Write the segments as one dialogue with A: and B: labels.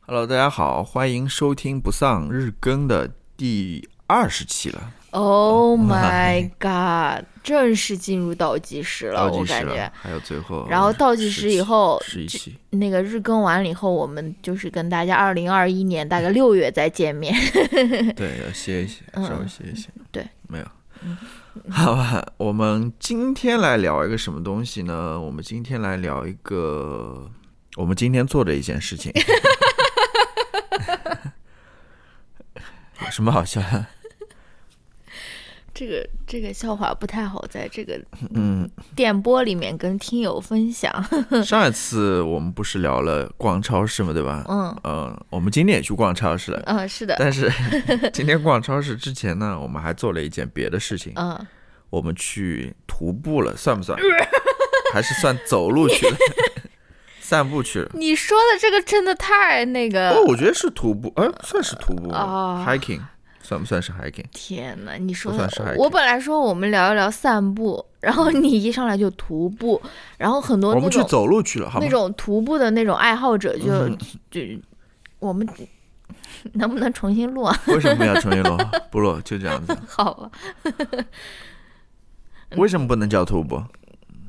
A: Hello，大家好，欢迎收听不丧日更的第二十期了。
B: Oh my god！正式进入倒计时了，
A: 倒计
B: 我
A: 时
B: 感觉
A: 了，。嗯还有最后，
B: 然后倒计时以后，
A: 十一期，
B: 那个日更完了以后，我们就是跟大家二零二一年大概六月再见面。
A: 对，要歇一歇，
B: 嗯
A: 稍微歇一歇。
B: 对，
A: 没有。好吧，我们今天来聊一个什么东西呢？我们今天来聊一个我们今天做的一件事 情。有什么好笑的？
B: 这个这个笑话不太好在这个
A: 嗯，
B: 电波里面跟听友分享。
A: 上一次我们不是聊了逛超市嘛，对吧？
B: 嗯
A: 呃，我们今天也去逛超市了，
B: 嗯，是的，
A: 但是 今天逛超市之前呢，我们还做了一件别的事情，
B: 嗯，
A: 我们去徒步了，算不算？还是算走路去了， 散步去了。
B: 你说的这个真的太那个。
A: 哦，我觉得是徒步，哎，算是徒步、
B: 哦
A: h i k i n g 算不算是 hiking？
B: 天呐，你说
A: 不
B: 的
A: 算是还，
B: 我本来说我们聊一聊散步，然后你一上来就徒步，然后很多
A: 我
B: 那
A: 们去
B: 种
A: 走路去了，好吗嗯
B: 那？种徒步的那种爱好者就、就我们 能不能重新录啊？
A: 为什么要重新录？不录，就这样子。
B: 好吧，
A: 为什么不能叫徒步？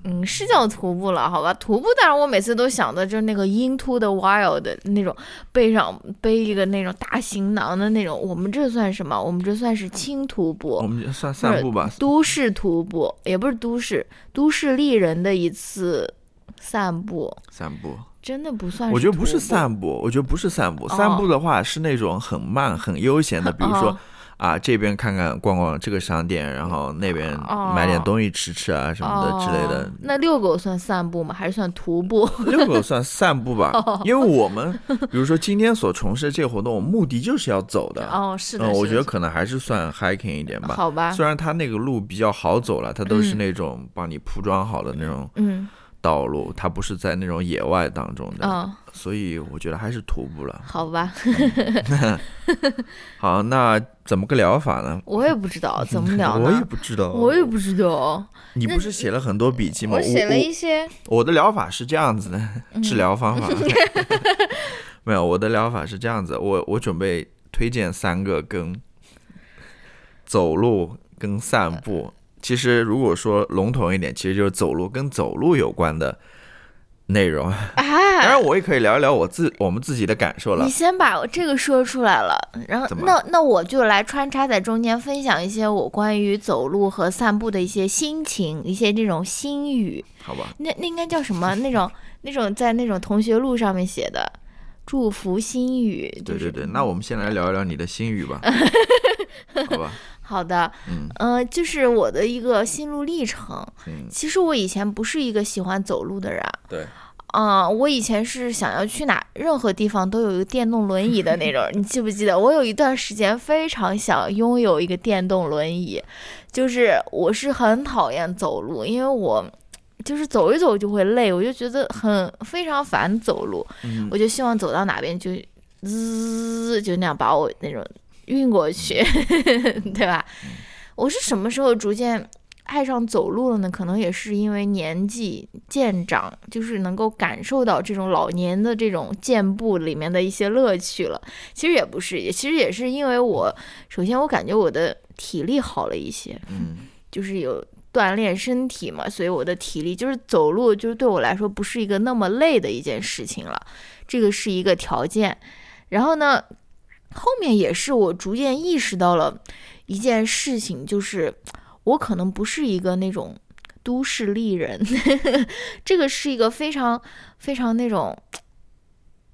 B: 嗯，是叫徒步了，好吧，徒步。但是我每次都想的就是那个 Into the Wild 的那种，背上背一个那种大行囊的那种。我们这算什么？我们这算是轻徒
A: 我
B: 步，
A: 们就算散步吧，
B: 都市徒步，也不是都市，都市丽人的一次散步，
A: 散步。
B: 真的不算是。
A: 我觉得不是，散步，我觉得不是散步。散
B: 哦
A: 步的话是那种很慢、很悠闲 的，比如说
B: 哦
A: 啊，这边看看、逛逛这个商店，然后那边
B: 哦
A: 买点东西吃吃啊什么的之类
B: 哦
A: 的。
B: 那遛狗算散步吗？还是算徒步？
A: 遛狗算散步 吧，
B: 哦
A: 因为我们比如说今天所从事的这个活动，我们目的就是要走的。
B: 哦，是的，
A: 嗯，
B: 是
A: 我
B: 的
A: 觉得
B: 是的
A: 可能还是算 hiking 一点吧。
B: 好吧，
A: 虽然它那个路比较好走了，它都是那种帮你铺装好的那种
B: 嗯
A: 道路，它不是在那种野外当中的，
B: 嗯，
A: 所以我觉得还是徒步了。
B: 好吧，
A: 好，那怎么个疗法呢？
B: 我也不知道怎么聊
A: 嗯我也
B: 呢，
A: 不知道，
B: 我也不知道，
A: 你不是写了很多笔记吗？
B: 我
A: 我
B: 写了一嗯些，
A: 我我的疗法是这样子的，治疗方 法。没有，我的疗法是这样子，我我准备推荐三个跟走路跟散步，其实如果说笼统一点，其实就是走路跟走路有关的内容。当
B: 哎，
A: 然，我也可以聊一聊我自我们自己的感受了
B: 你。先把这个说出来了，然后
A: 怎么
B: 那那我就来穿插在中间，分享一些我关于走路和散步的一些心情，一些这种心语。
A: 好吧，
B: 那那应该叫什 么？那种那种在那种同学录上面写的祝福心语，就
A: 对
B: 是嗯
A: 对对，那我们先来聊一聊你的心语 吧，好吧？
B: 好的，
A: 嗯
B: 呃，就是我的一个心路历程。
A: 嗯，
B: 其实我以前不是一个喜欢走路的人，
A: 对。
B: 嗯、我以前是想要去哪任何地方都有一个电动轮椅的 那种，你记不记得？我有一段时间非常想拥有一个电动轮椅，就是我是很讨厌走路，因为我就是走一走就会累，我就觉得很非常烦走路，
A: 嗯
B: 我就希望走到哪边就滋就那样把我那种运过去， 对吧？我是什么时候逐渐爱上走路了呢？可能也是因为年纪渐长，就是能够感受到这种老年的这种健步里面的一些乐趣了。其实也不是，也其实也是因为我首先我感觉我的体力好了一些，
A: 嗯，
B: 就是有锻炼身体嘛，所以我的体力就是走路，就是对我来说不是一个那么累的一件事情了，这个是一个条件。然后呢，后面也是我逐渐意识到了一件事情，就是我可能不是一个那种都市丽人， 这个是一个非常非常那种。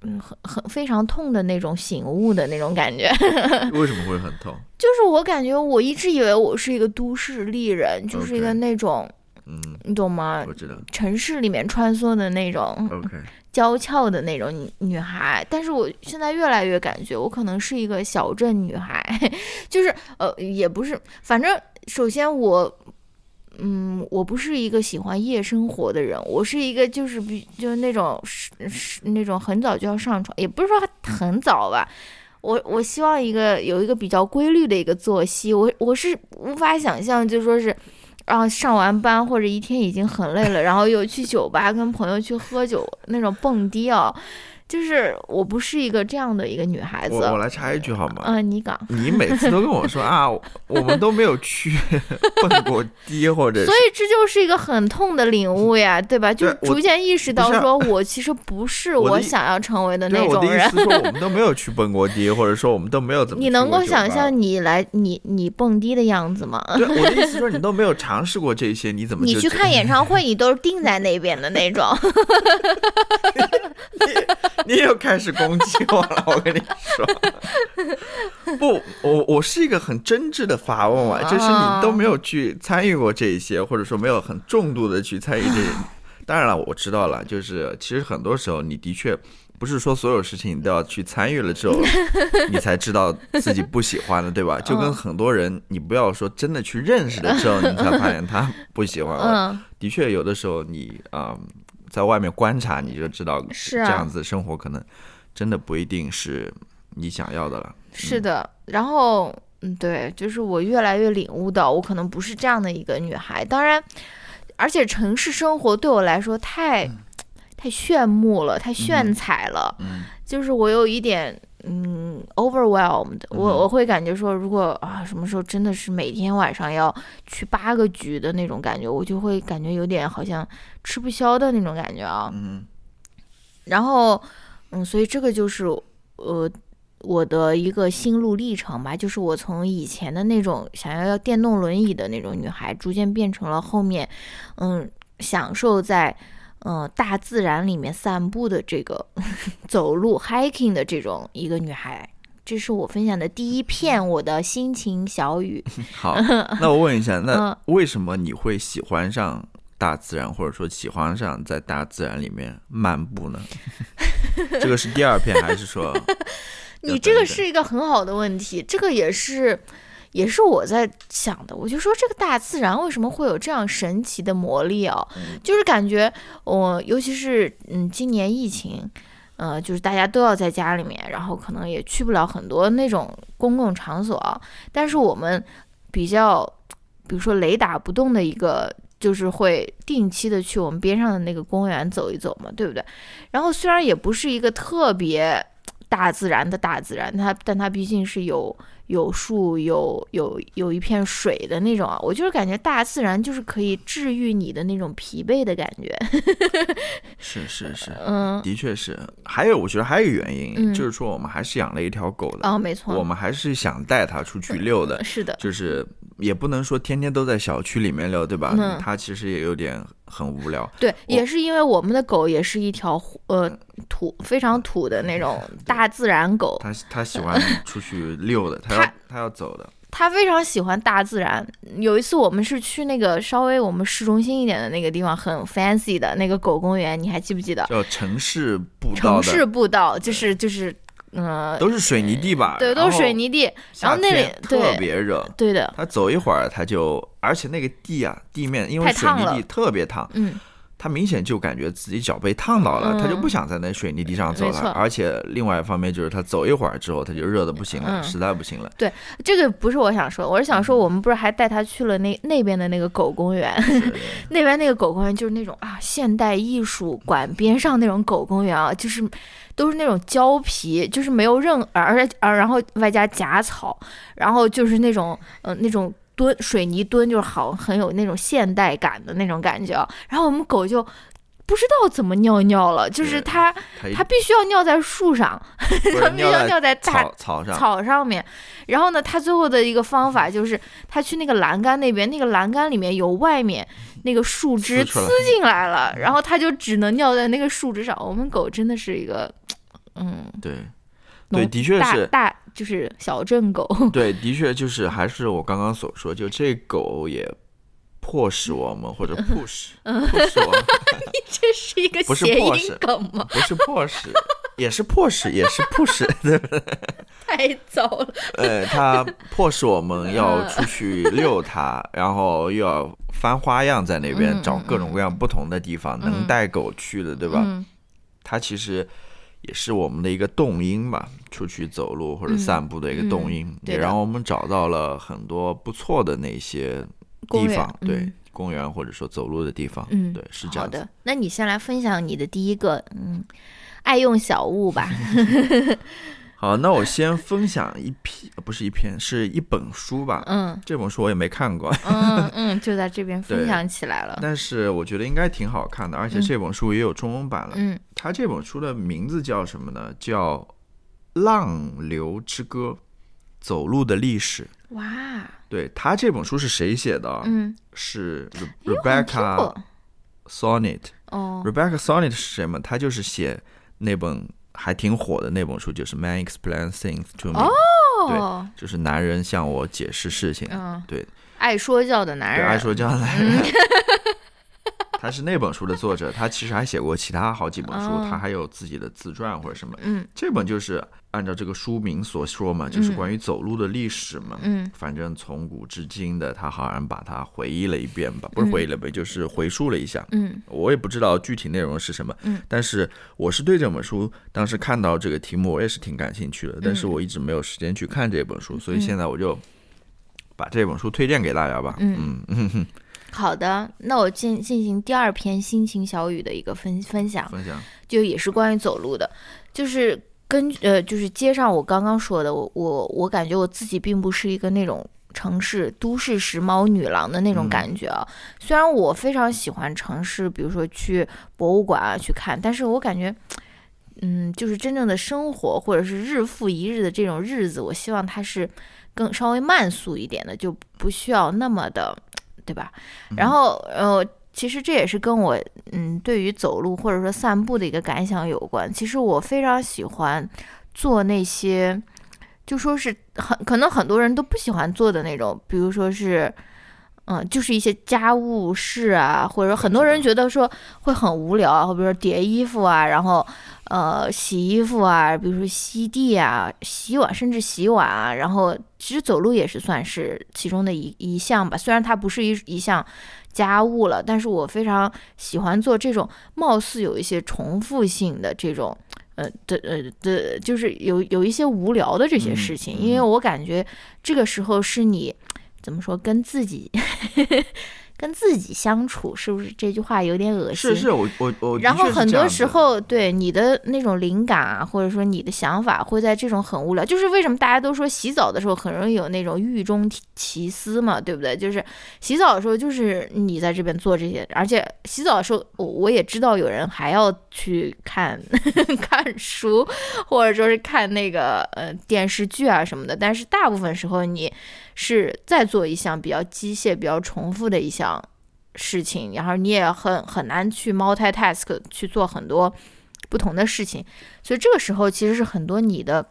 B: 嗯，很很非常痛的那种醒悟的那种感觉，
A: 嗯为什么会很痛？
B: 就是我感觉我一直以为我是一个都市丽人，就是一个
A: OK
B: 那种
A: 嗯，
B: 你懂吗
A: 我？知道。
B: 城市里面穿梭的那种
A: OK，
B: 娇俏的那种女女孩，但是我现在越来越感觉我可能是一个小镇女孩，就是呃，也不是，反正首先我，嗯，我不是一个喜欢夜生活的人，我是一个就是比就是那种是是那种很早就要上床，也不是说很早吧。我我希望一个有一个比较规律的一个作息，我我是无法想象，就说是，啊上完班或者一天已经很累了，然后又去酒吧跟朋友去喝酒那种蹦迪啊，就是我不是一个这样的一个女孩子。
A: 我我来插一句好吗？
B: 嗯、呃，你讲。
A: 你每次都跟我说啊，我们都没有去蹦过迪，或者是
B: 所以这就是一个很痛的领悟呀，对吧？就
A: 对我
B: 逐渐意识到
A: 不是啊
B: 说，我其实不是
A: 我的
B: 我
A: 意
B: 想要成为的
A: 对
B: 那
A: 我的
B: 种
A: 意
B: 人。
A: 思说我们都没有去蹦过迪，或者说我们都没有怎么
B: 你
A: 去
B: 能
A: 过
B: 够
A: 酒吧
B: 想象你来你你蹦迪的样子吗？
A: 对，我的意思说你都没有尝试过这些，你怎么
B: 你
A: 就
B: 去
A: 觉
B: 看演唱会，你都是定在那边的那种。
A: 你又开始攻击我了，我跟你说，不，我我是一个很真挚的发问啊，就是你都没有去参与过这一些，或者说没有很重度的去参与这。当然了，我知道了，就是其实很多时候你的确不是说所有事情你都要去参与了之后，你才知道自己不喜欢的，对吧？
B: 嗯
A: 就跟很多人，你不要说真的去认识了之 后，你才发现他不喜欢了。
B: 嗯，
A: 的确，有的时候你啊、嗯在外面观察，你就知道
B: 是
A: 这
B: 啊
A: 样子生活可能真的不一定是你想要的了。
B: 是的。然后，嗯，对，就是我越来越领悟到，我可能不是这样的一个女孩。当然，而且城市生活对我来说太、太炫目了，太炫彩了，
A: 嗯
B: 就是我有一点。嗯，overwhelmed，我
A: 嗯哼
B: 我会感觉说，如果啊什么时候真的是每天晚上要去八个局的那种感觉，我就会感觉有点好像吃不消的那种感觉啊。
A: 嗯，
B: 然后，嗯，所以这个就是呃我的一个心路历程吧，就是我从以前的那种想要要电动轮椅的那种女孩，逐渐变成了后面，嗯，享受在嗯、呃大自然里面散步的这个 走路 hiking 的这种一个女孩。这是我分享的第一片我的心情小语。
A: 好，那我问一下，那
B: 嗯
A: 为什么你会喜欢上大自然，或者说喜欢上在大自然里面漫步 呢？这个是第二篇，还是说
B: 你这个是一个很好的问题，这个也是，也是我在想的。我就说这个大自然为什么会有这样神奇的魔力哦？就是感觉我、尤其是嗯，今年疫情，呃，就是大家都要在家里面，然后可能也去不了很多那种公共场所啊，但是我们比较，比如说雷打不动的一个。就是会定期的去我们边上的那个公园走一走嘛，对不对？然后虽然也不是一个特别大自然的大自然，它但它毕竟是有有树有有有一片水的那种啊，我就是感觉大自然就是可以治愈你的那种疲惫的感觉，
A: 是是是，
B: 嗯，
A: 的确是。还有，我觉得还有一个原因，
B: 嗯
A: 就是说我们还是养了一条狗的，
B: 哦，没错，
A: 我们还是想带它出去溜的。
B: 是的，
A: 就是也不能说天天都在小区里面溜，对吧？
B: 嗯
A: 它其实也有点很无 聊。
B: 对，也是因为我们的狗也是一条呃土非常土的 那种大自然狗，
A: 它它喜欢出去溜的，它要
B: 它
A: 它要走的。
B: 它非常喜欢大自然。有一次我们是去那个稍微我们市中心一点的那个地方，很 fancy 的那个狗公园，你还记不记得？
A: 叫城市步道
B: 城市
A: 的，
B: 步道就是就是呃，
A: 都是水泥地吧？然
B: 对，都
A: 后
B: 是水泥地，然
A: 夏
B: 后那里
A: 天特
B: 对
A: 别热，
B: 对的，
A: 它走一会儿它就，而且那个地啊，地面因为
B: 太
A: 水
B: 烫
A: 泥
B: 了
A: 地特别烫，
B: 嗯，
A: 它明显就感觉自己脚被烫到了，它就
B: 嗯
A: 不想在那水泥地上走
B: 没
A: 了。
B: 错
A: 而且另外一方面就是它走一会儿之后，它就热的不行了，
B: 嗯
A: 实在不 行了。
B: 这个不是我想说，我是想
A: 嗯
B: 说我们不是还带他去了那那边的那个狗公园， 那边那个狗公园就是那种啊现代艺术馆边上那种狗公园啊，就是都是那种胶皮，就是没有任而且而然后外加假草，然后就是那种呃那种。墩水泥墩就是好很有那种现代感的那种感觉啊，然后我们狗就不知道怎么尿尿了，就是
A: 对
B: 它
A: 它一
B: 它必须要尿在树上，
A: 不
B: 它
A: 是
B: 必须
A: 尿
B: 要
A: 在
B: 尿在大
A: 草草上，
B: 草上面。然后呢，他最后的一个方法就是他去那个栏杆那边，那个栏杆里面有外面那个树枝
A: 出
B: 刺
A: 来嗯
B: 进来了，然后他就只能尿在那个树枝上。我们狗真的是一个，嗯，
A: 对。
B: 农
A: 对，的确
B: 大
A: 是，
B: 大就是小镇狗，
A: 对，的确就是，还是我刚刚所说，就这狗也迫使我们，或者 push，迫
B: 嗯
A: 使我们，
B: 这是一个
A: 不是
B: 谐
A: 迫
B: 音
A: 使
B: 梗吗？
A: 不是迫使，也是迫使，也是 push，对不对？
B: 太早了，
A: 呃，它迫使我们
B: 嗯
A: 要出去遛它，然后又要翻花样在那
B: 嗯
A: 边找各种各样不同的地方能带狗去的，对吧？
B: 嗯，
A: 它其实。也是我们的一个动因吧，出去走路或者散步的一个动因，
B: 嗯对
A: 也
B: 的
A: 让我们找到了很多不错的那些
B: 公
A: 地
B: 园
A: 方，对，公园或者说走路的地方，
B: 嗯
A: 对，是这
B: 好
A: 样子。
B: 的。那你先来分享你的第一个，嗯，爱用小 物吧。
A: 好，那我先分享一篇，不是一篇，是一本书吧。
B: 嗯
A: 这本书我也没看过，
B: 嗯嗯，就在这边分
A: 对
B: 享起来了。
A: 但是我觉得应该挺好看的，而且
B: 嗯
A: 这本书也有中文版了。
B: 嗯
A: 它这本书的名字叫什么呢？叫《浪流之歌：走路的历史》。
B: 哇，
A: 对，它这本书是谁写的啊？
B: 嗯，
A: 是Re-
B: 哎我好像听
A: Rebecca
B: 过
A: Sonnet。
B: 哦，
A: Rebecca Sonnet 是谁嘛？她就是写那本还挺火的那本书，就是《Man Explains Things to Me》，
B: 哦，
A: 就是男人向我解释事情。
B: 嗯，
A: 对，
B: 爱说教的男
A: 对，
B: 人，
A: 爱说教的男
B: 嗯
A: 人。 他是那本书的作者，他其实还写过其他好几本书，
B: 哦
A: 他还有自己的自传或者什么。
B: 嗯
A: 这本就是按照这个书名所说嘛，就是
B: 嗯
A: 关于走路的历史嘛。
B: 嗯
A: 反正从古至今的，他好像把它回忆了一遍吧，不是回忆了一遍，就是回述了一下。
B: 嗯
A: 我也不知道具体内容是什么，
B: 嗯
A: 但是我是对这本书当时看到这个题目，我也是挺感兴趣的，
B: 嗯
A: 但是我一直没有时间去看这本书，所以现在我就把这本书推荐给大家吧。
B: 嗯
A: 嗯嗯哼，
B: 好的，那我进进行第二篇心情小雨的一个分分享，
A: 分享
B: 就也是关于走路的，就是根据呃，就是接上我刚刚说的，我我我感觉我自己并不是一个那种城市都市时髦女郎的那种感觉啊。虽然我非常喜欢城市，比如说去博物馆啊去看，但是我感觉。嗯，就是真正的生活，或者是日复一日的这种日子，我希望它是更稍微慢速一点的，就不需要那么的，对吧？然后，呃，其实这也是跟我嗯，对于走路或者说散步的一个感想有关。其实我非常喜欢做那些，就说是很可能很多人都不喜欢做的那种，比如说是，嗯，就是一些家务事啊，或者说很多人觉得说会很无聊啊，或者说叠衣服啊，然后呃洗衣服啊，比如说吸地啊、洗碗，甚至洗碗啊，然后其实走路也是算是其中的一一项吧，虽然它不是一一项。家务了，但是我非常喜欢做这种貌似有一些重复性的这种，呃的呃的，就是有有一些无聊的这些事情，
A: 嗯
B: 因为我感觉这个时候是你怎么说跟自己 跟自己相处，是不是这句话有点恶心？
A: 是是，我我我的
B: 然后
A: 确是
B: 很
A: 这样
B: 多
A: 的
B: 时候，对你的那种灵感啊，或者说你的想法，会在这种很无聊，就是为什么大家都说洗澡的时候很容易有那种狱中奇奇思嘛，对不对？就是洗澡的时候，就是你在这边做这些，而且洗澡的时候，我我也知道有人还要去看 看书，或者说是看那个呃电视剧啊什么的，但是大部分时候你是在做一项比较机械、比较重复的一项事情，然后你也很很难去 multitask 去做很多不同的事情，所以这个时候其实是很多你的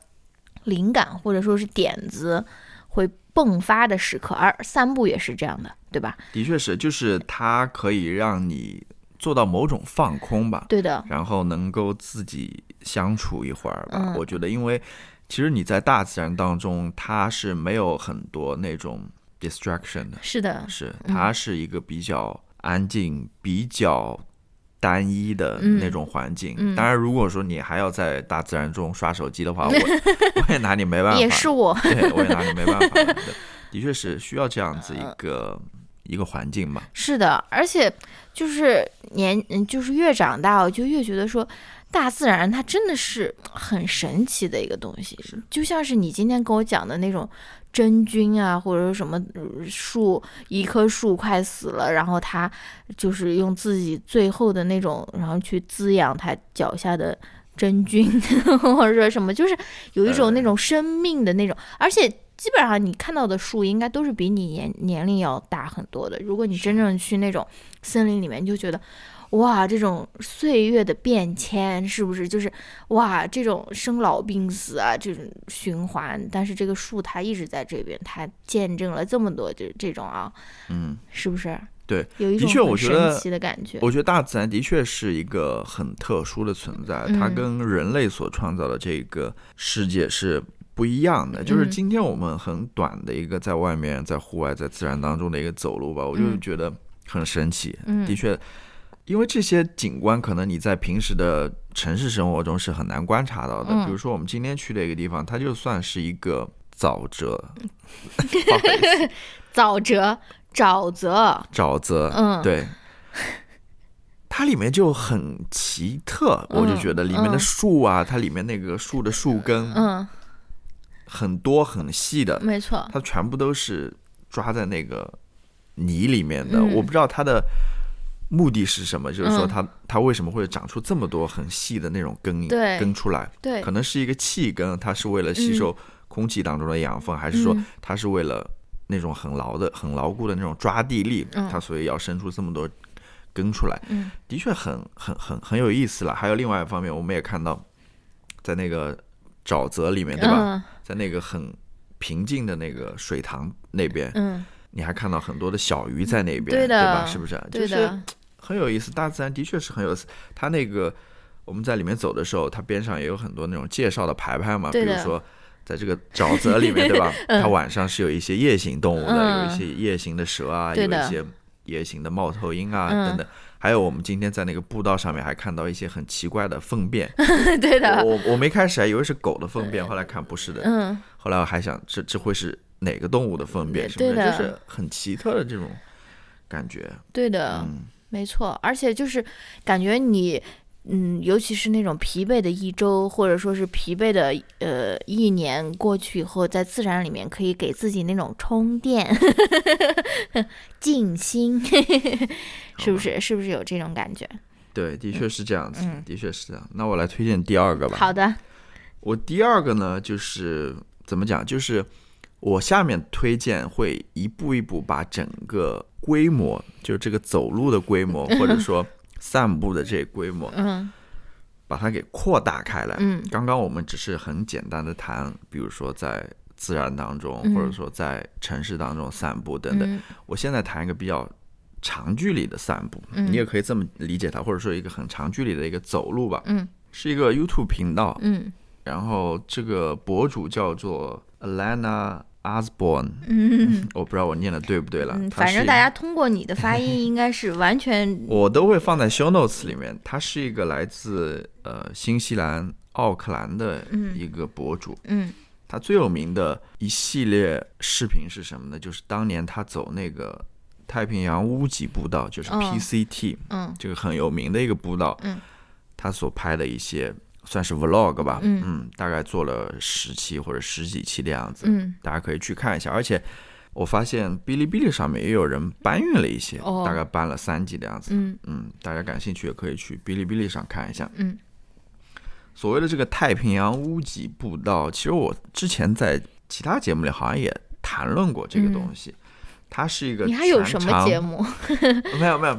B: 灵感或者说是点子会迸发的时刻，而散步也是这样的，对吧？
A: 的确是，就是它可以让你做到某种放空吧，
B: 对的，
A: 然后能够自己相处一会儿吧。
B: 嗯
A: 我觉得，因为其实你在大自然当中，它是没有很多那种 distraction 的，
B: 是的，
A: 是它是一个比较安静、比较单一的那种环境。
B: 嗯嗯
A: 当然，如果说你还要在大自然中刷手机的 话，我我也拿你没办法，
B: 也是我，
A: 对，我也拿你没 办法的。的确是需要这样子一
B: 呃
A: 个、一个环境吧。
B: 是的，而且就是年，嗯就是越长大，我就越觉得说，大自然它真的是很神奇的一个东西，就像是你今天跟我讲的那种真菌啊，或者说什么呃树，一棵树快死了，然后它就是用自己最后的那种，然后去滋养它脚下的。真菌， 或者说什么，就是有一种那种生命的那种，而且基本上你看到的树应该都是比你年年龄要大很多的。如果你真正去那种森林里面，你就觉得，哇，这种岁月的变迁是不是就是哇这种生老病死啊这种循环？但是这个树它一直在这边，它见证了这么多就是这种啊，
A: 嗯，
B: 是不是？
A: 对，
B: 有一种
A: 确我
B: 很
A: 觉得
B: 神奇的感觉。
A: 我觉得大自然的确是一个很特殊的存在，它
B: 嗯
A: 跟人类所创造的这个世界是不一样的。就是
B: 嗯
A: 今天我们很短的一个在外面、在户外、在自然当中的一个走路吧，我就
B: 嗯
A: 觉得很神奇。
B: 嗯
A: 的确，因为这些景观可能你在平时的城市生活中是很难观察到的。
B: 嗯
A: 比如说我们今天去的一个地方，它就算是一个沼泽，不好意思
B: 沼泽，沼泽，
A: 沼泽，
B: 嗯
A: 对，它里面就很奇特，我就觉得里面的
B: 嗯
A: 树啊，它里面那个树的树根
B: 嗯，
A: 很多很细的，
B: 没错，
A: 它全部都是抓在那个泥里面的。
B: 嗯
A: 我不知道它的目的是什么，就是说
B: 嗯
A: 它它为什么会长出这么多很细的那种根
B: 对
A: 根出来？
B: 对
A: 可，能是一个气根，它是为了吸收空气当中的养分，还是说
B: 嗯
A: 它是为了那种很牢的、很牢固的那种抓地力，
B: 嗯
A: 它所以要生出这么多根出来？
B: 嗯
A: 的确很很很很有意思了。还有另外一方面，我们也看到，在那个沼泽里面，对吧？
B: 嗯
A: 在那个很平静的那个水塘那边，
B: 嗯，
A: 你还看到很多的小鱼在那边，
B: 对的
A: 吧？是不是？
B: 对
A: 就
B: 的
A: 是，很有意思，大自然的确是很有意思。它那个我们在里面走的时候，它边上也有很多那种介绍的牌牌嘛，比
B: 对
A: 如
B: 的
A: 说。在这个沼泽里面，对 吧？它晚上是有一些夜行动物的，
B: 嗯
A: 有一些夜行的蛇啊，有
B: 对的
A: 一些夜行的猫头鹰啊、
B: 嗯
A: 等等。还有我们今天在那个步道上面还看到一些很奇怪的粪便，
B: 对的，
A: 我我没开始还啊以为是狗的粪便，后来看不是的，
B: 嗯，
A: 后来我还想，这这会是哪个动物的粪便
B: 嗯
A: 什么
B: 对
A: 的，
B: 的
A: 就是很奇特的这种感觉。
B: 对的，
A: 嗯，
B: 没错，而且就是感觉你，嗯，尤其是那种疲惫的一周，或者说是疲惫的呃一年过去以后，在自然里面可以给自己那种充电、 静心， 是不是？是不是有这种感觉？
A: 对，的确是这样子，
B: 嗯
A: 的确是这样。那我来推荐第二个吧。
B: 好的，
A: 我第二个呢，就是怎么讲，就是我下面推荐会一步一步把整个规模，就是这个走路的规 模，或者说散步的这规模，
B: 嗯
A: 把它给扩大开来。
B: 嗯
A: 刚刚我们只是很简单的谈，比如说在自然当中，
B: 嗯
A: 或者说在城市当中散步等等。
B: 嗯
A: 我现在谈一个比较长距离的散步，
B: 嗯
A: 你也可以这么理解它，或者说一个很长距离的一个走路吧。
B: 嗯
A: 是一个 YouTube 频道，
B: 嗯
A: 然后这个博主叫做 Alana Osborne，
B: 嗯
A: 我不知道我念的对不对了。
B: 嗯，
A: 她
B: 反
A: 是
B: 正
A: 一
B: 大家通过你的发音，应该是完全
A: 我都会放在 show notes 里面。他是一个来自呃新西兰奥克兰的
B: 嗯
A: 一个博主，
B: 嗯
A: 他最有名的一系列视频是什么呢？就是当年他走那个太平洋屋脊步道，就是
B: 哦
A: PCT、
B: 嗯
A: 这个很有名的一个步道，
B: 嗯
A: 他所拍的一些算是 vlog 吧，
B: 嗯
A: 大概做了十期或者十几期的样子，
B: 嗯
A: 大家可以去看一下。而且我发现哔哩哔哩上面也有人搬运了一些，
B: 哦
A: 大概搬了三集的样子。
B: 嗯
A: 嗯，大家感兴趣也可以去哔哩哔哩上看一下。
B: 嗯
A: 所谓的这个太平洋屋脊步道，其实我之前在其他节目里好像也谈论过这个东西。它是一个
B: 嗯你还有
A: 全
B: 什么
A: 呃长
B: 节？目？
A: 没有没有，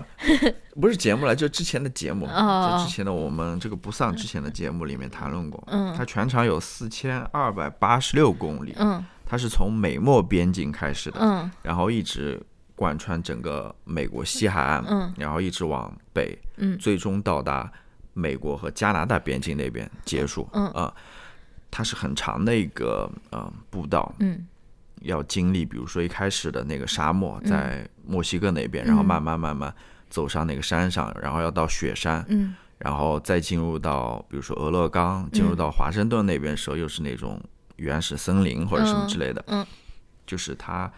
A: 不是节目了，就之前的节目，
B: 哦
A: 就之前的我们这个不丧之前的节目里面谈论过。
B: 嗯
A: 它全长有四千二百八十六公里，
B: 嗯
A: 它是从美墨边境开始的，
B: 嗯
A: 然后一直贯穿整个美国西海岸，
B: 嗯
A: 然后一直往北，
B: 嗯
A: 最终到达美国和加拿大边境那边结束。
B: 嗯
A: 啊、它是很长的一个呃步道，
B: 嗯
A: 要经历，比如说一开始的那个沙漠，
B: 嗯
A: 在墨西哥那边，然后
B: 嗯
A: 慢慢慢慢走上那个山上，然后要到雪山，
B: 嗯
A: 然后再进入到比如说俄勒冈，进
B: 嗯
A: 入到华盛顿那边的时候，又是那种原始森林或者什么之类的，
B: 嗯
A: 就是它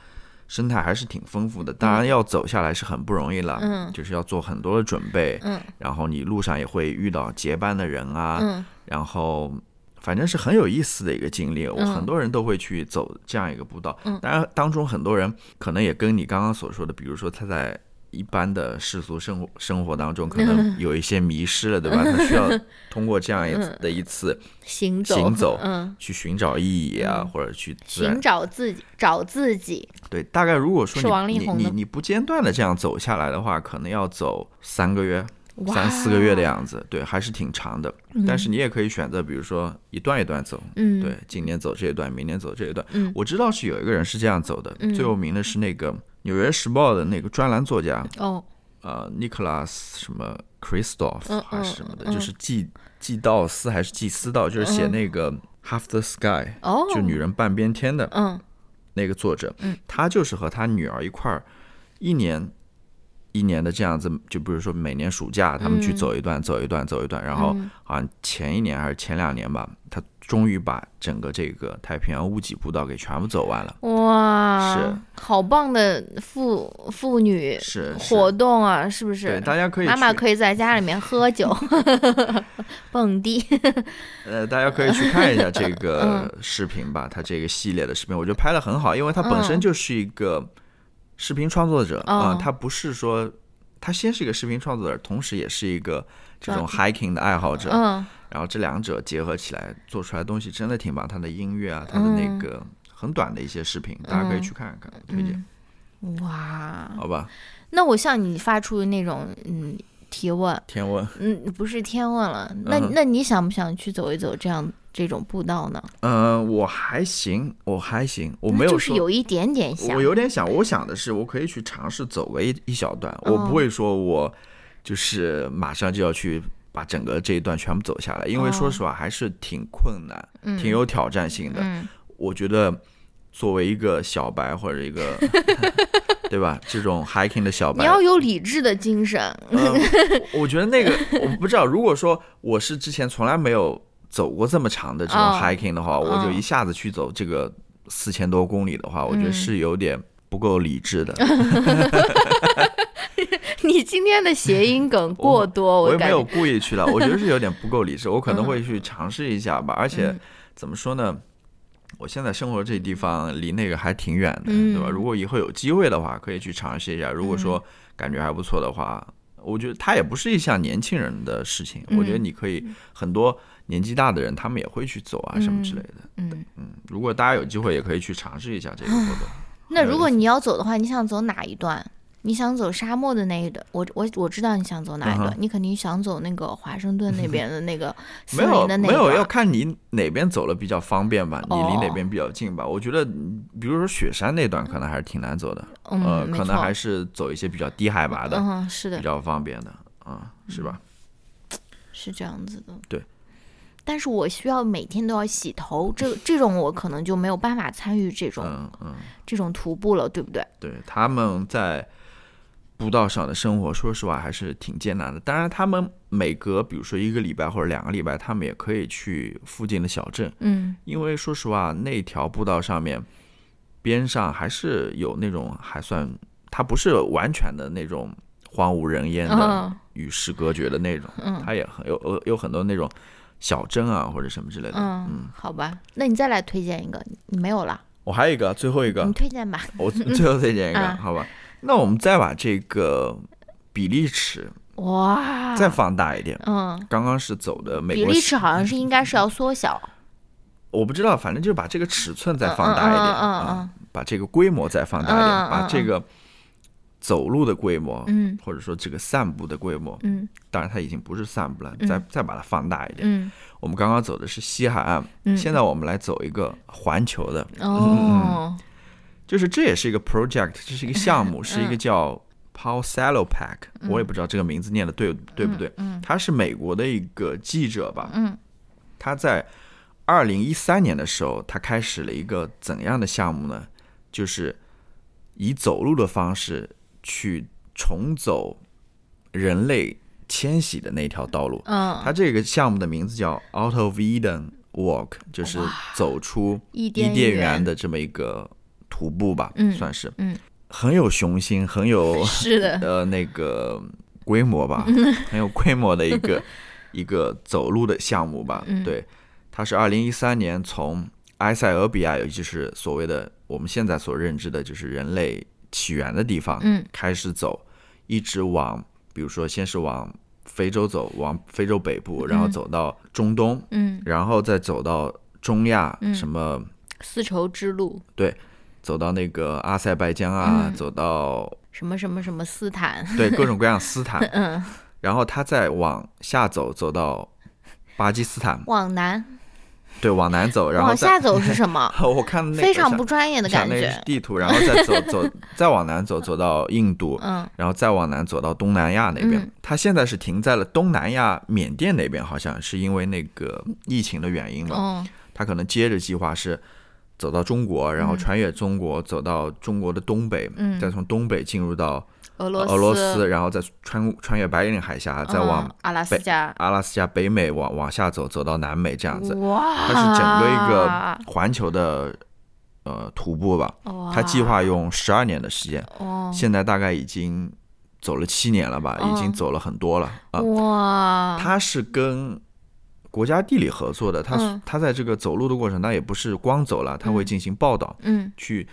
A: 生态还是挺丰富的。当然要走下来是很不容易了，
B: 嗯
A: 就是要做很多的准备，
B: 嗯
A: 然后你路上也会遇到结伴的人啊，
B: 嗯。
A: 然后反正是很有意思的一个经历。我
B: 嗯
A: 很多人都会去走这样一个步道，
B: 嗯
A: 当然当中很多人可能也跟你刚刚所说的，比如说他在。一般的世俗生活生活当中，可 能有一些迷失了，对吧？他需要通过这样一次的一次
B: 行 走，
A: 行走
B: 嗯，
A: 去寻找意义啊，或者去自然
B: 寻找自己，找自己，
A: 对，大概如果说
B: 是王
A: 你
B: 力
A: 你
B: 宏
A: 你
B: 的
A: 你不间断的这样走下来的话，可能要走三个月、
B: 哇
A: 三四个月的样子，对，还是挺长的。但是你也可以选择，比如说一段一段走，
B: 嗯，
A: 对，，今年走这一段，明年走这一段。
B: 嗯
A: 我知道是有一个人是这样走的，最有名的是那个《纽约时报》的那个专栏作家，
B: 哦，
A: 呃，Nicholas 什么 Christoph、
B: 嗯
A: 还是什么的，
B: 嗯嗯嗯
A: 就是季季道斯还是季斯道，就是写那个《Half the Sky》
B: 哦，
A: 就女人半边天的，
B: 嗯，
A: 那个作者，他就是和他女儿一块儿，一年一年的这样子，就比如说每年暑假他们去走一段、走一段、走一段，然后
B: 嗯
A: 好像前一年还是前两年吧，他终于把整个这个太平洋屋脊步道给全部走完了。
B: 哇，
A: 是
B: 好棒的妇妇女
A: 是是
B: 活动啊，是不
A: 对，
B: 是？
A: 大家可以
B: 妈妈
A: 去
B: 可以在家里面喝酒、 蹦迪，
A: 呃，大家可以去看 一下这个
B: 嗯
A: 视频吧，他这个系列的视频，我觉得拍的很好，因为他本身
B: 嗯
A: 就是一个视频创作者啊、
B: 哦
A: 他不是说他先是一个视频创作者，同时也是一个这种
B: 专
A: hiking 的爱好者，
B: 嗯，
A: 然后这两者结合起来做出来的东西真的挺棒，他的音乐啊，他的那个
B: 嗯
A: 很短的一些视频，大家可以去看看，推荐，
B: 哇，
A: 好吧？
B: 那我向你发出那种嗯提问，
A: 天问，
B: 嗯，不是天问了，那、
A: 嗯哼
B: 那你想不想去走一走这样这种步道呢？
A: 嗯、我还行，我还行，我没有
B: 就
A: 说。
B: 是有一点点想
A: 我，有点想，我想的是，我可以去尝试走个一一小段，我
B: 哦
A: 不会说我就是马上就要去把整个这一段全部走下来，因为说
B: 哦
A: 实话还是挺困难，
B: 嗯
A: 挺有挑战性的。
B: 嗯
A: 我觉得作为一个小白或者一 个，对吧，这种 hiking 的小
B: 你
A: 白，
B: 要有理智的精神，
A: 呃我我觉得那个我不知道，如果说我是之前从来没有走过这么长的这种
B: 哦
A: hiking 的话，我就
B: 嗯
A: 一下子去走这个四千多公里的话，我觉得
B: 嗯
A: 是有点不够理智 的。
B: 你今天的谐音梗过多，
A: 我也没
B: 感
A: 有
B: 觉，
A: 故意去了，我觉得是有点不够理 智，我可能
B: 嗯
A: 会去尝试一下吧。而且
B: 嗯
A: 怎么说呢，我现在生活这地方离那个还挺远的，
B: 嗯
A: 对吧？如果以后有机会的话，可以去尝试一下。如果说感觉还不错的话，我觉得它也不是一项年轻人的事情，我觉得
B: 嗯
A: 你可以很多。年纪大的人，他们也会去走啊，什么之类的。
B: 嗯，
A: 嗯，如果大家有机会，也可以去尝试一下这个活动。
B: 那如果你要走的话，你想走哪一段？你想走沙漠的那一段？我我我知道你想走哪一段，
A: 嗯哼
B: 你肯定想走那个华盛顿那边的那个 森
A: 没有
B: 林的那
A: 没
B: 一
A: 有，要
B: 段。
A: 看你哪边走了比较方便吧，你
B: 哦
A: 离哪边比较近吧。我觉得，嗯比如说雪山那段可能还是挺难走的，呃，
B: 嗯，没
A: 可
B: 错
A: 能，还是走一些比较低海拔的，
B: 嗯，是的
A: 比，较方便的，啊、是吧？
B: 是这样子的。
A: 对。
B: 但是我需要每天都要洗头，这这种我可能就没有办法参与这种、
A: 嗯嗯，
B: 这种徒步了，对不对？
A: 对，他们在步道上的生活，说实话还是挺艰难的。当然，他们每隔比如说一个礼拜或者两个礼拜，他们也可以去附近的小镇，
B: 嗯
A: 因为说实话，那条步道上面边上还是有那种还算，它不是完全的那种荒无人烟的
B: 嗯
A: 与世隔绝的那种，它也很有有有很多那种小镇啊或者什么之类的。
B: 嗯，好吧，那你再来推荐一个，你没有了，
A: 我还有一个，最后一个
B: 你，推荐吧。
A: 我最后推荐一个，
B: 啊
A: 好吧？那我们再把这个比利时
B: 哇，
A: 再放大一点。
B: 嗯，
A: 刚刚是嗯走的美
B: 啊比
A: 国
B: 利
A: 西，
B: 时好像是应该是要缩小，
A: 我不知道，反正就是把这个尺寸再放大一点
B: 嗯嗯
A: 啊
B: 嗯。嗯
A: 把这个规模再放大一点，
B: 嗯嗯
A: 把这个走路的规模，
B: 嗯
A: 或者说这个散步的规模，
B: 嗯
A: 当然它已经不是散步了，再再把它放大一点。
B: 嗯
A: 我们刚刚走的是西海岸，
B: 嗯
A: 现在我们来走一个环球的，
B: 哦，
A: 就是这也是一个 project，这是一个项
B: 嗯
A: 目，是一个叫 Paul Salo Pack，、我也不知道这个名字念的对对不对，他是美国的一个记者吧，
B: 嗯
A: 他在二零一三年的时候，他开始了一个怎样的项目呢？就是以走路的方式去重走人类迁徙的那条道路。
B: 嗯，
A: 他这个项目的名字叫 Out of Eden Walk，就是走出
B: 伊
A: 伊
B: 甸
A: 甸
B: 园
A: 园的这么一个徒步吧，
B: 嗯
A: 算是，
B: 嗯，
A: 很有雄心，很有
B: 是的，
A: 呃那个规模 吧，很有规模的一个 一个走路的项目吧。
B: 嗯
A: 对，它是二零一三年从埃塞俄比亚，也就是所谓的我们现在所认知的，就是人类起源的地方，
B: 嗯
A: 开始走，一直往，比如说先是往非洲走，往非洲北部，然后
B: 嗯
A: 走到中东，
B: 嗯，
A: 然后再走到中亚，
B: 嗯
A: 什么
B: 丝绸之路，
A: 走到那个阿塞拜疆啊，
B: 嗯
A: 走到
B: 什么什么什么斯坦，
A: 对各种各样斯坦，
B: 嗯，
A: 然后他再往下走，走到巴基斯坦，
B: 往南，
A: 对，往南 走，然后
B: 往
A: 再
B: 下走是什么？
A: 我看 那个
B: 非常
A: 像
B: 不专业的
A: 像
B: 感
A: 那个
B: 觉，
A: 地图，然后再走 走，再往南走，走到印度，
B: 嗯
A: 然后再往南走到东南亚那边。
B: 嗯
A: 他现在是停在了东南亚缅甸那边，好像是因为那个疫情的原因嘛。
B: 嗯
A: 他可能接着计划是走到中国，然后
B: 嗯
A: 穿越中国走到中国的东北，
B: 嗯
A: 再从东北进入到
B: 俄罗
A: 呃
B: 斯、
A: 俄罗斯，然后再穿穿越白令海峡，再往
B: 嗯、阿拉斯加，
A: 阿拉斯加北美往往下走，走到南美这样子，
B: 哇，
A: 它是整个一个环球的呃徒步吧。
B: 啊哇，
A: 他计划用十二年的时间，
B: 哦，
A: 现在大概已经走了七年了吧，
B: 哦
A: 已经走了很多了啊。
B: 哇，
A: 他是跟国家地理合作的，他
B: 嗯
A: 他在这个走路的过程，他也不是光走了，他会进行报道，
B: 嗯
A: 去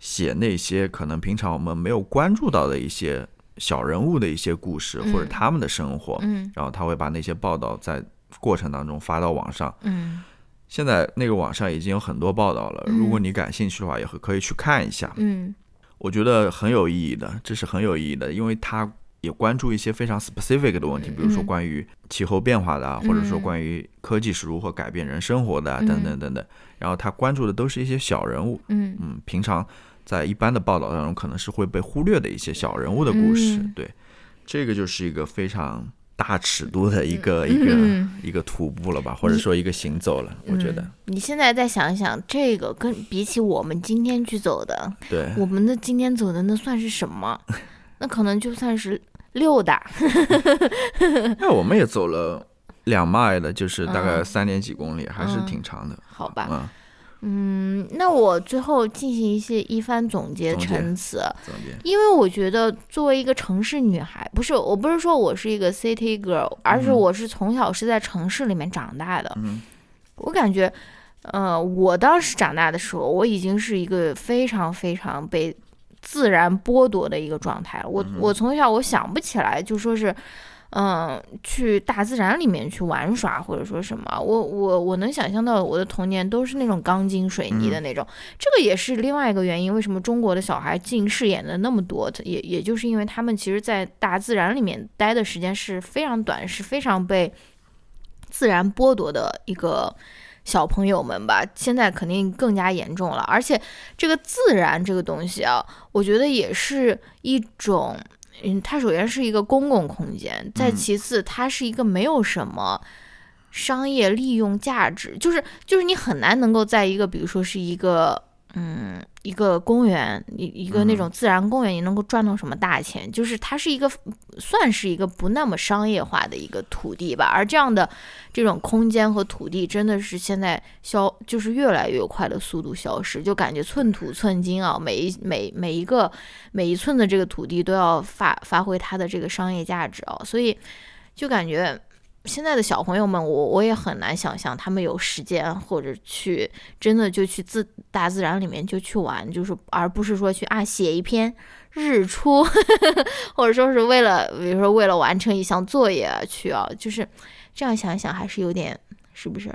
A: 写那些可能平常我们没有关注到的一些小人物的一些故事
B: 嗯
A: 或者他们的生活，
B: 嗯
A: 然后他会把那些报道在过程当中发到网上。
B: 嗯
A: 现在那个网上已经有很多报道了，
B: 嗯
A: 如果你感兴趣的话，也会可以去看一下。
B: 嗯
A: 我觉得很有意义的，这是很有意义的，因为它也关注一些非常 specific 的问题，比如说
B: 嗯
A: 关于气候变化的啊，
B: 嗯
A: 或者说关于科技是如何改变人生活的啊，
B: 嗯
A: 等等等等。然后他关注的都是一些小人物，
B: 嗯
A: 嗯，平常在一般的报道当中可能是会被忽略的一些小人物的故事。
B: 嗯
A: 对，这个就是一个非常大尺度的一个、一个
B: 嗯，
A: 一个徒步了吧，或者说一个行走了。我觉得
B: 嗯，你现在再想一想，这个跟比起我们今天去走的，
A: 对。
B: 我们的今天走的那算是 什么？那可能就算是溜达，
A: 那哎我们也走了两迈的，就是大概
B: 嗯
A: 三点几公里，还是
B: 嗯
A: 挺长的。
B: 好吧？
A: 嗯，
B: 嗯，那我最后进行一些一番总结
A: 总结
B: 陈词，
A: 总结。
B: 因为我觉得作为一个城市女孩，不是我不是说我是一个 city girl，而是我是从小是在城市里面长大的。
A: 嗯
B: 我感觉，呃，我当时长大的时候，我已经是一个非常非常被自然剥夺的一个状态。我、我从小我想不起来，就说是。嗯，去大自然里面去玩耍或者说什么，我我我能想象到我的童年都是那种钢筋水泥的那种，这个也是另外一个原因，为什么中国的小孩近视眼的那么多，也也就是因为他们其实，在大自然里面待的时间是非常短，是非常被自然剥夺的一个小朋友们吧。现在肯定更加严重了，而且这个自然这个东西啊，我觉得也是一种。嗯，它首先是一个公共空间，再
A: 嗯
B: 其次，它是一个没有什么商业利用价值，就是就是你很难能够在一个，比如说是一个嗯一个公园，一一个那
A: 嗯
B: 种自然公园，你能够赚到什么大钱？就是它是一个算是一个不那么商业化的一个土地吧。而这样的这种空间和土地，真的是现在消就是越来越快的速度消失，就感觉寸土寸金啊，每一每每一个每一寸的这个土地都要发发挥它的这个商业价值啊，所以就感觉。现在的小朋友们，我我也很难想象他们有时间或者去真的就去自大自然里面就去玩，就是而不是说去啊写一篇日出， 或者说是为了，比如说为了完成一项作业而去啊，就是这样想一想还是有点，是不是？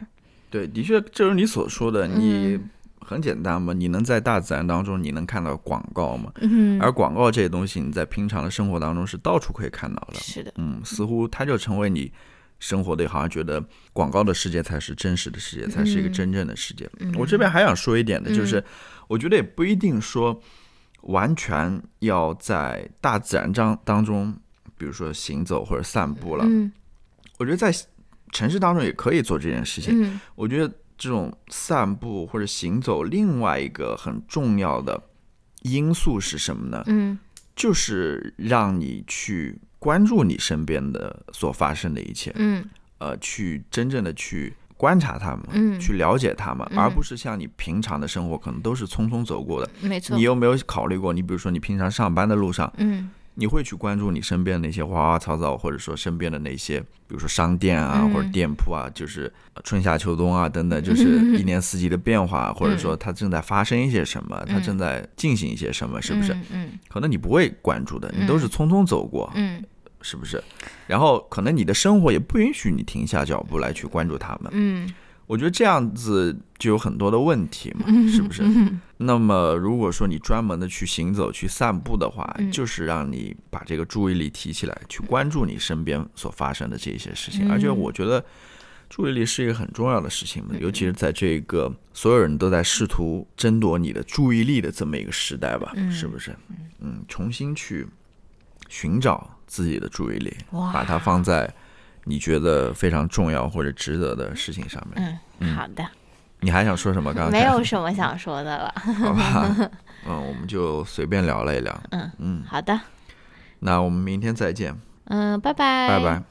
A: 对，的确，正如你所说的，你
B: 嗯
A: 很简单嘛，你能在大自然当中，你能看到广告嘛？
B: 嗯，
A: 而广告这些东西，你在平常的生活当中是到处可以看到的。
B: 是的，
A: 嗯，似乎它就成为你生活的，好像觉得广告的世界才是真实的世界，才是一个
B: 嗯
A: 真正的世界。
B: 嗯
A: 我这边还想说一点的，就是我觉得也不一定说完全要在大自然当当中，比如说行走或者散步了。
B: 嗯
A: 我觉得在城市当中也可以做这件事情。
B: 嗯
A: 我觉得这种散步或者行走，另外一个很重要的因素是什么呢？
B: 嗯
A: 就是让你去关注你身边的所发生的一切，
B: 嗯
A: 呃，去真正的去观察他们，
B: 嗯
A: 去了解他们，
B: 嗯
A: 而不是像你平常的生活可能都是匆匆走过的。
B: 嗯，没错
A: 你，有没有考虑过，你比如说你平常上班的路上，
B: 嗯
A: 你会去关注你身边的那些花花草草，或者说身边的那些，比如说商店啊，
B: 嗯
A: 或者店铺啊，就是呃春夏秋冬啊等等，就是一年四季的变化，或者说
B: 嗯
A: 它正在发生一些什么，它正在进行一些什么，是不是？
B: 嗯嗯
A: 可能你不会关注的，你都是匆匆走过，
B: 嗯
A: 是不是？然后可能你的生活也不允许你停下脚步来去关注它们。
B: 嗯
A: 我觉得这样子就有很多的问题嘛，
B: 嗯
A: 是不是？那么如果说你专门的去行走、去散步的话，
B: 嗯
A: 就是让你把这个注意力提起来，去关注你身边所发生的这些事情。
B: 嗯
A: 而且我觉得注意力是一个很重要的事情嘛，
B: 嗯
A: 尤其是在这个所有人都在试图争夺你的注意力的这么一个时代吧，
B: 嗯
A: 是不是？嗯，重新去寻找自己的注意力，
B: 哇
A: 把它放在你觉得非常重要或者值得的事情上面。
B: 嗯，好的。
A: 你还想说什么？刚才
B: 没有什么想说嗯的了。
A: 好吧，嗯，我们就随便聊了一聊。
B: 嗯
A: 嗯，
B: 好的，
A: 那我们明天再见，
B: 嗯，拜拜，
A: 拜拜。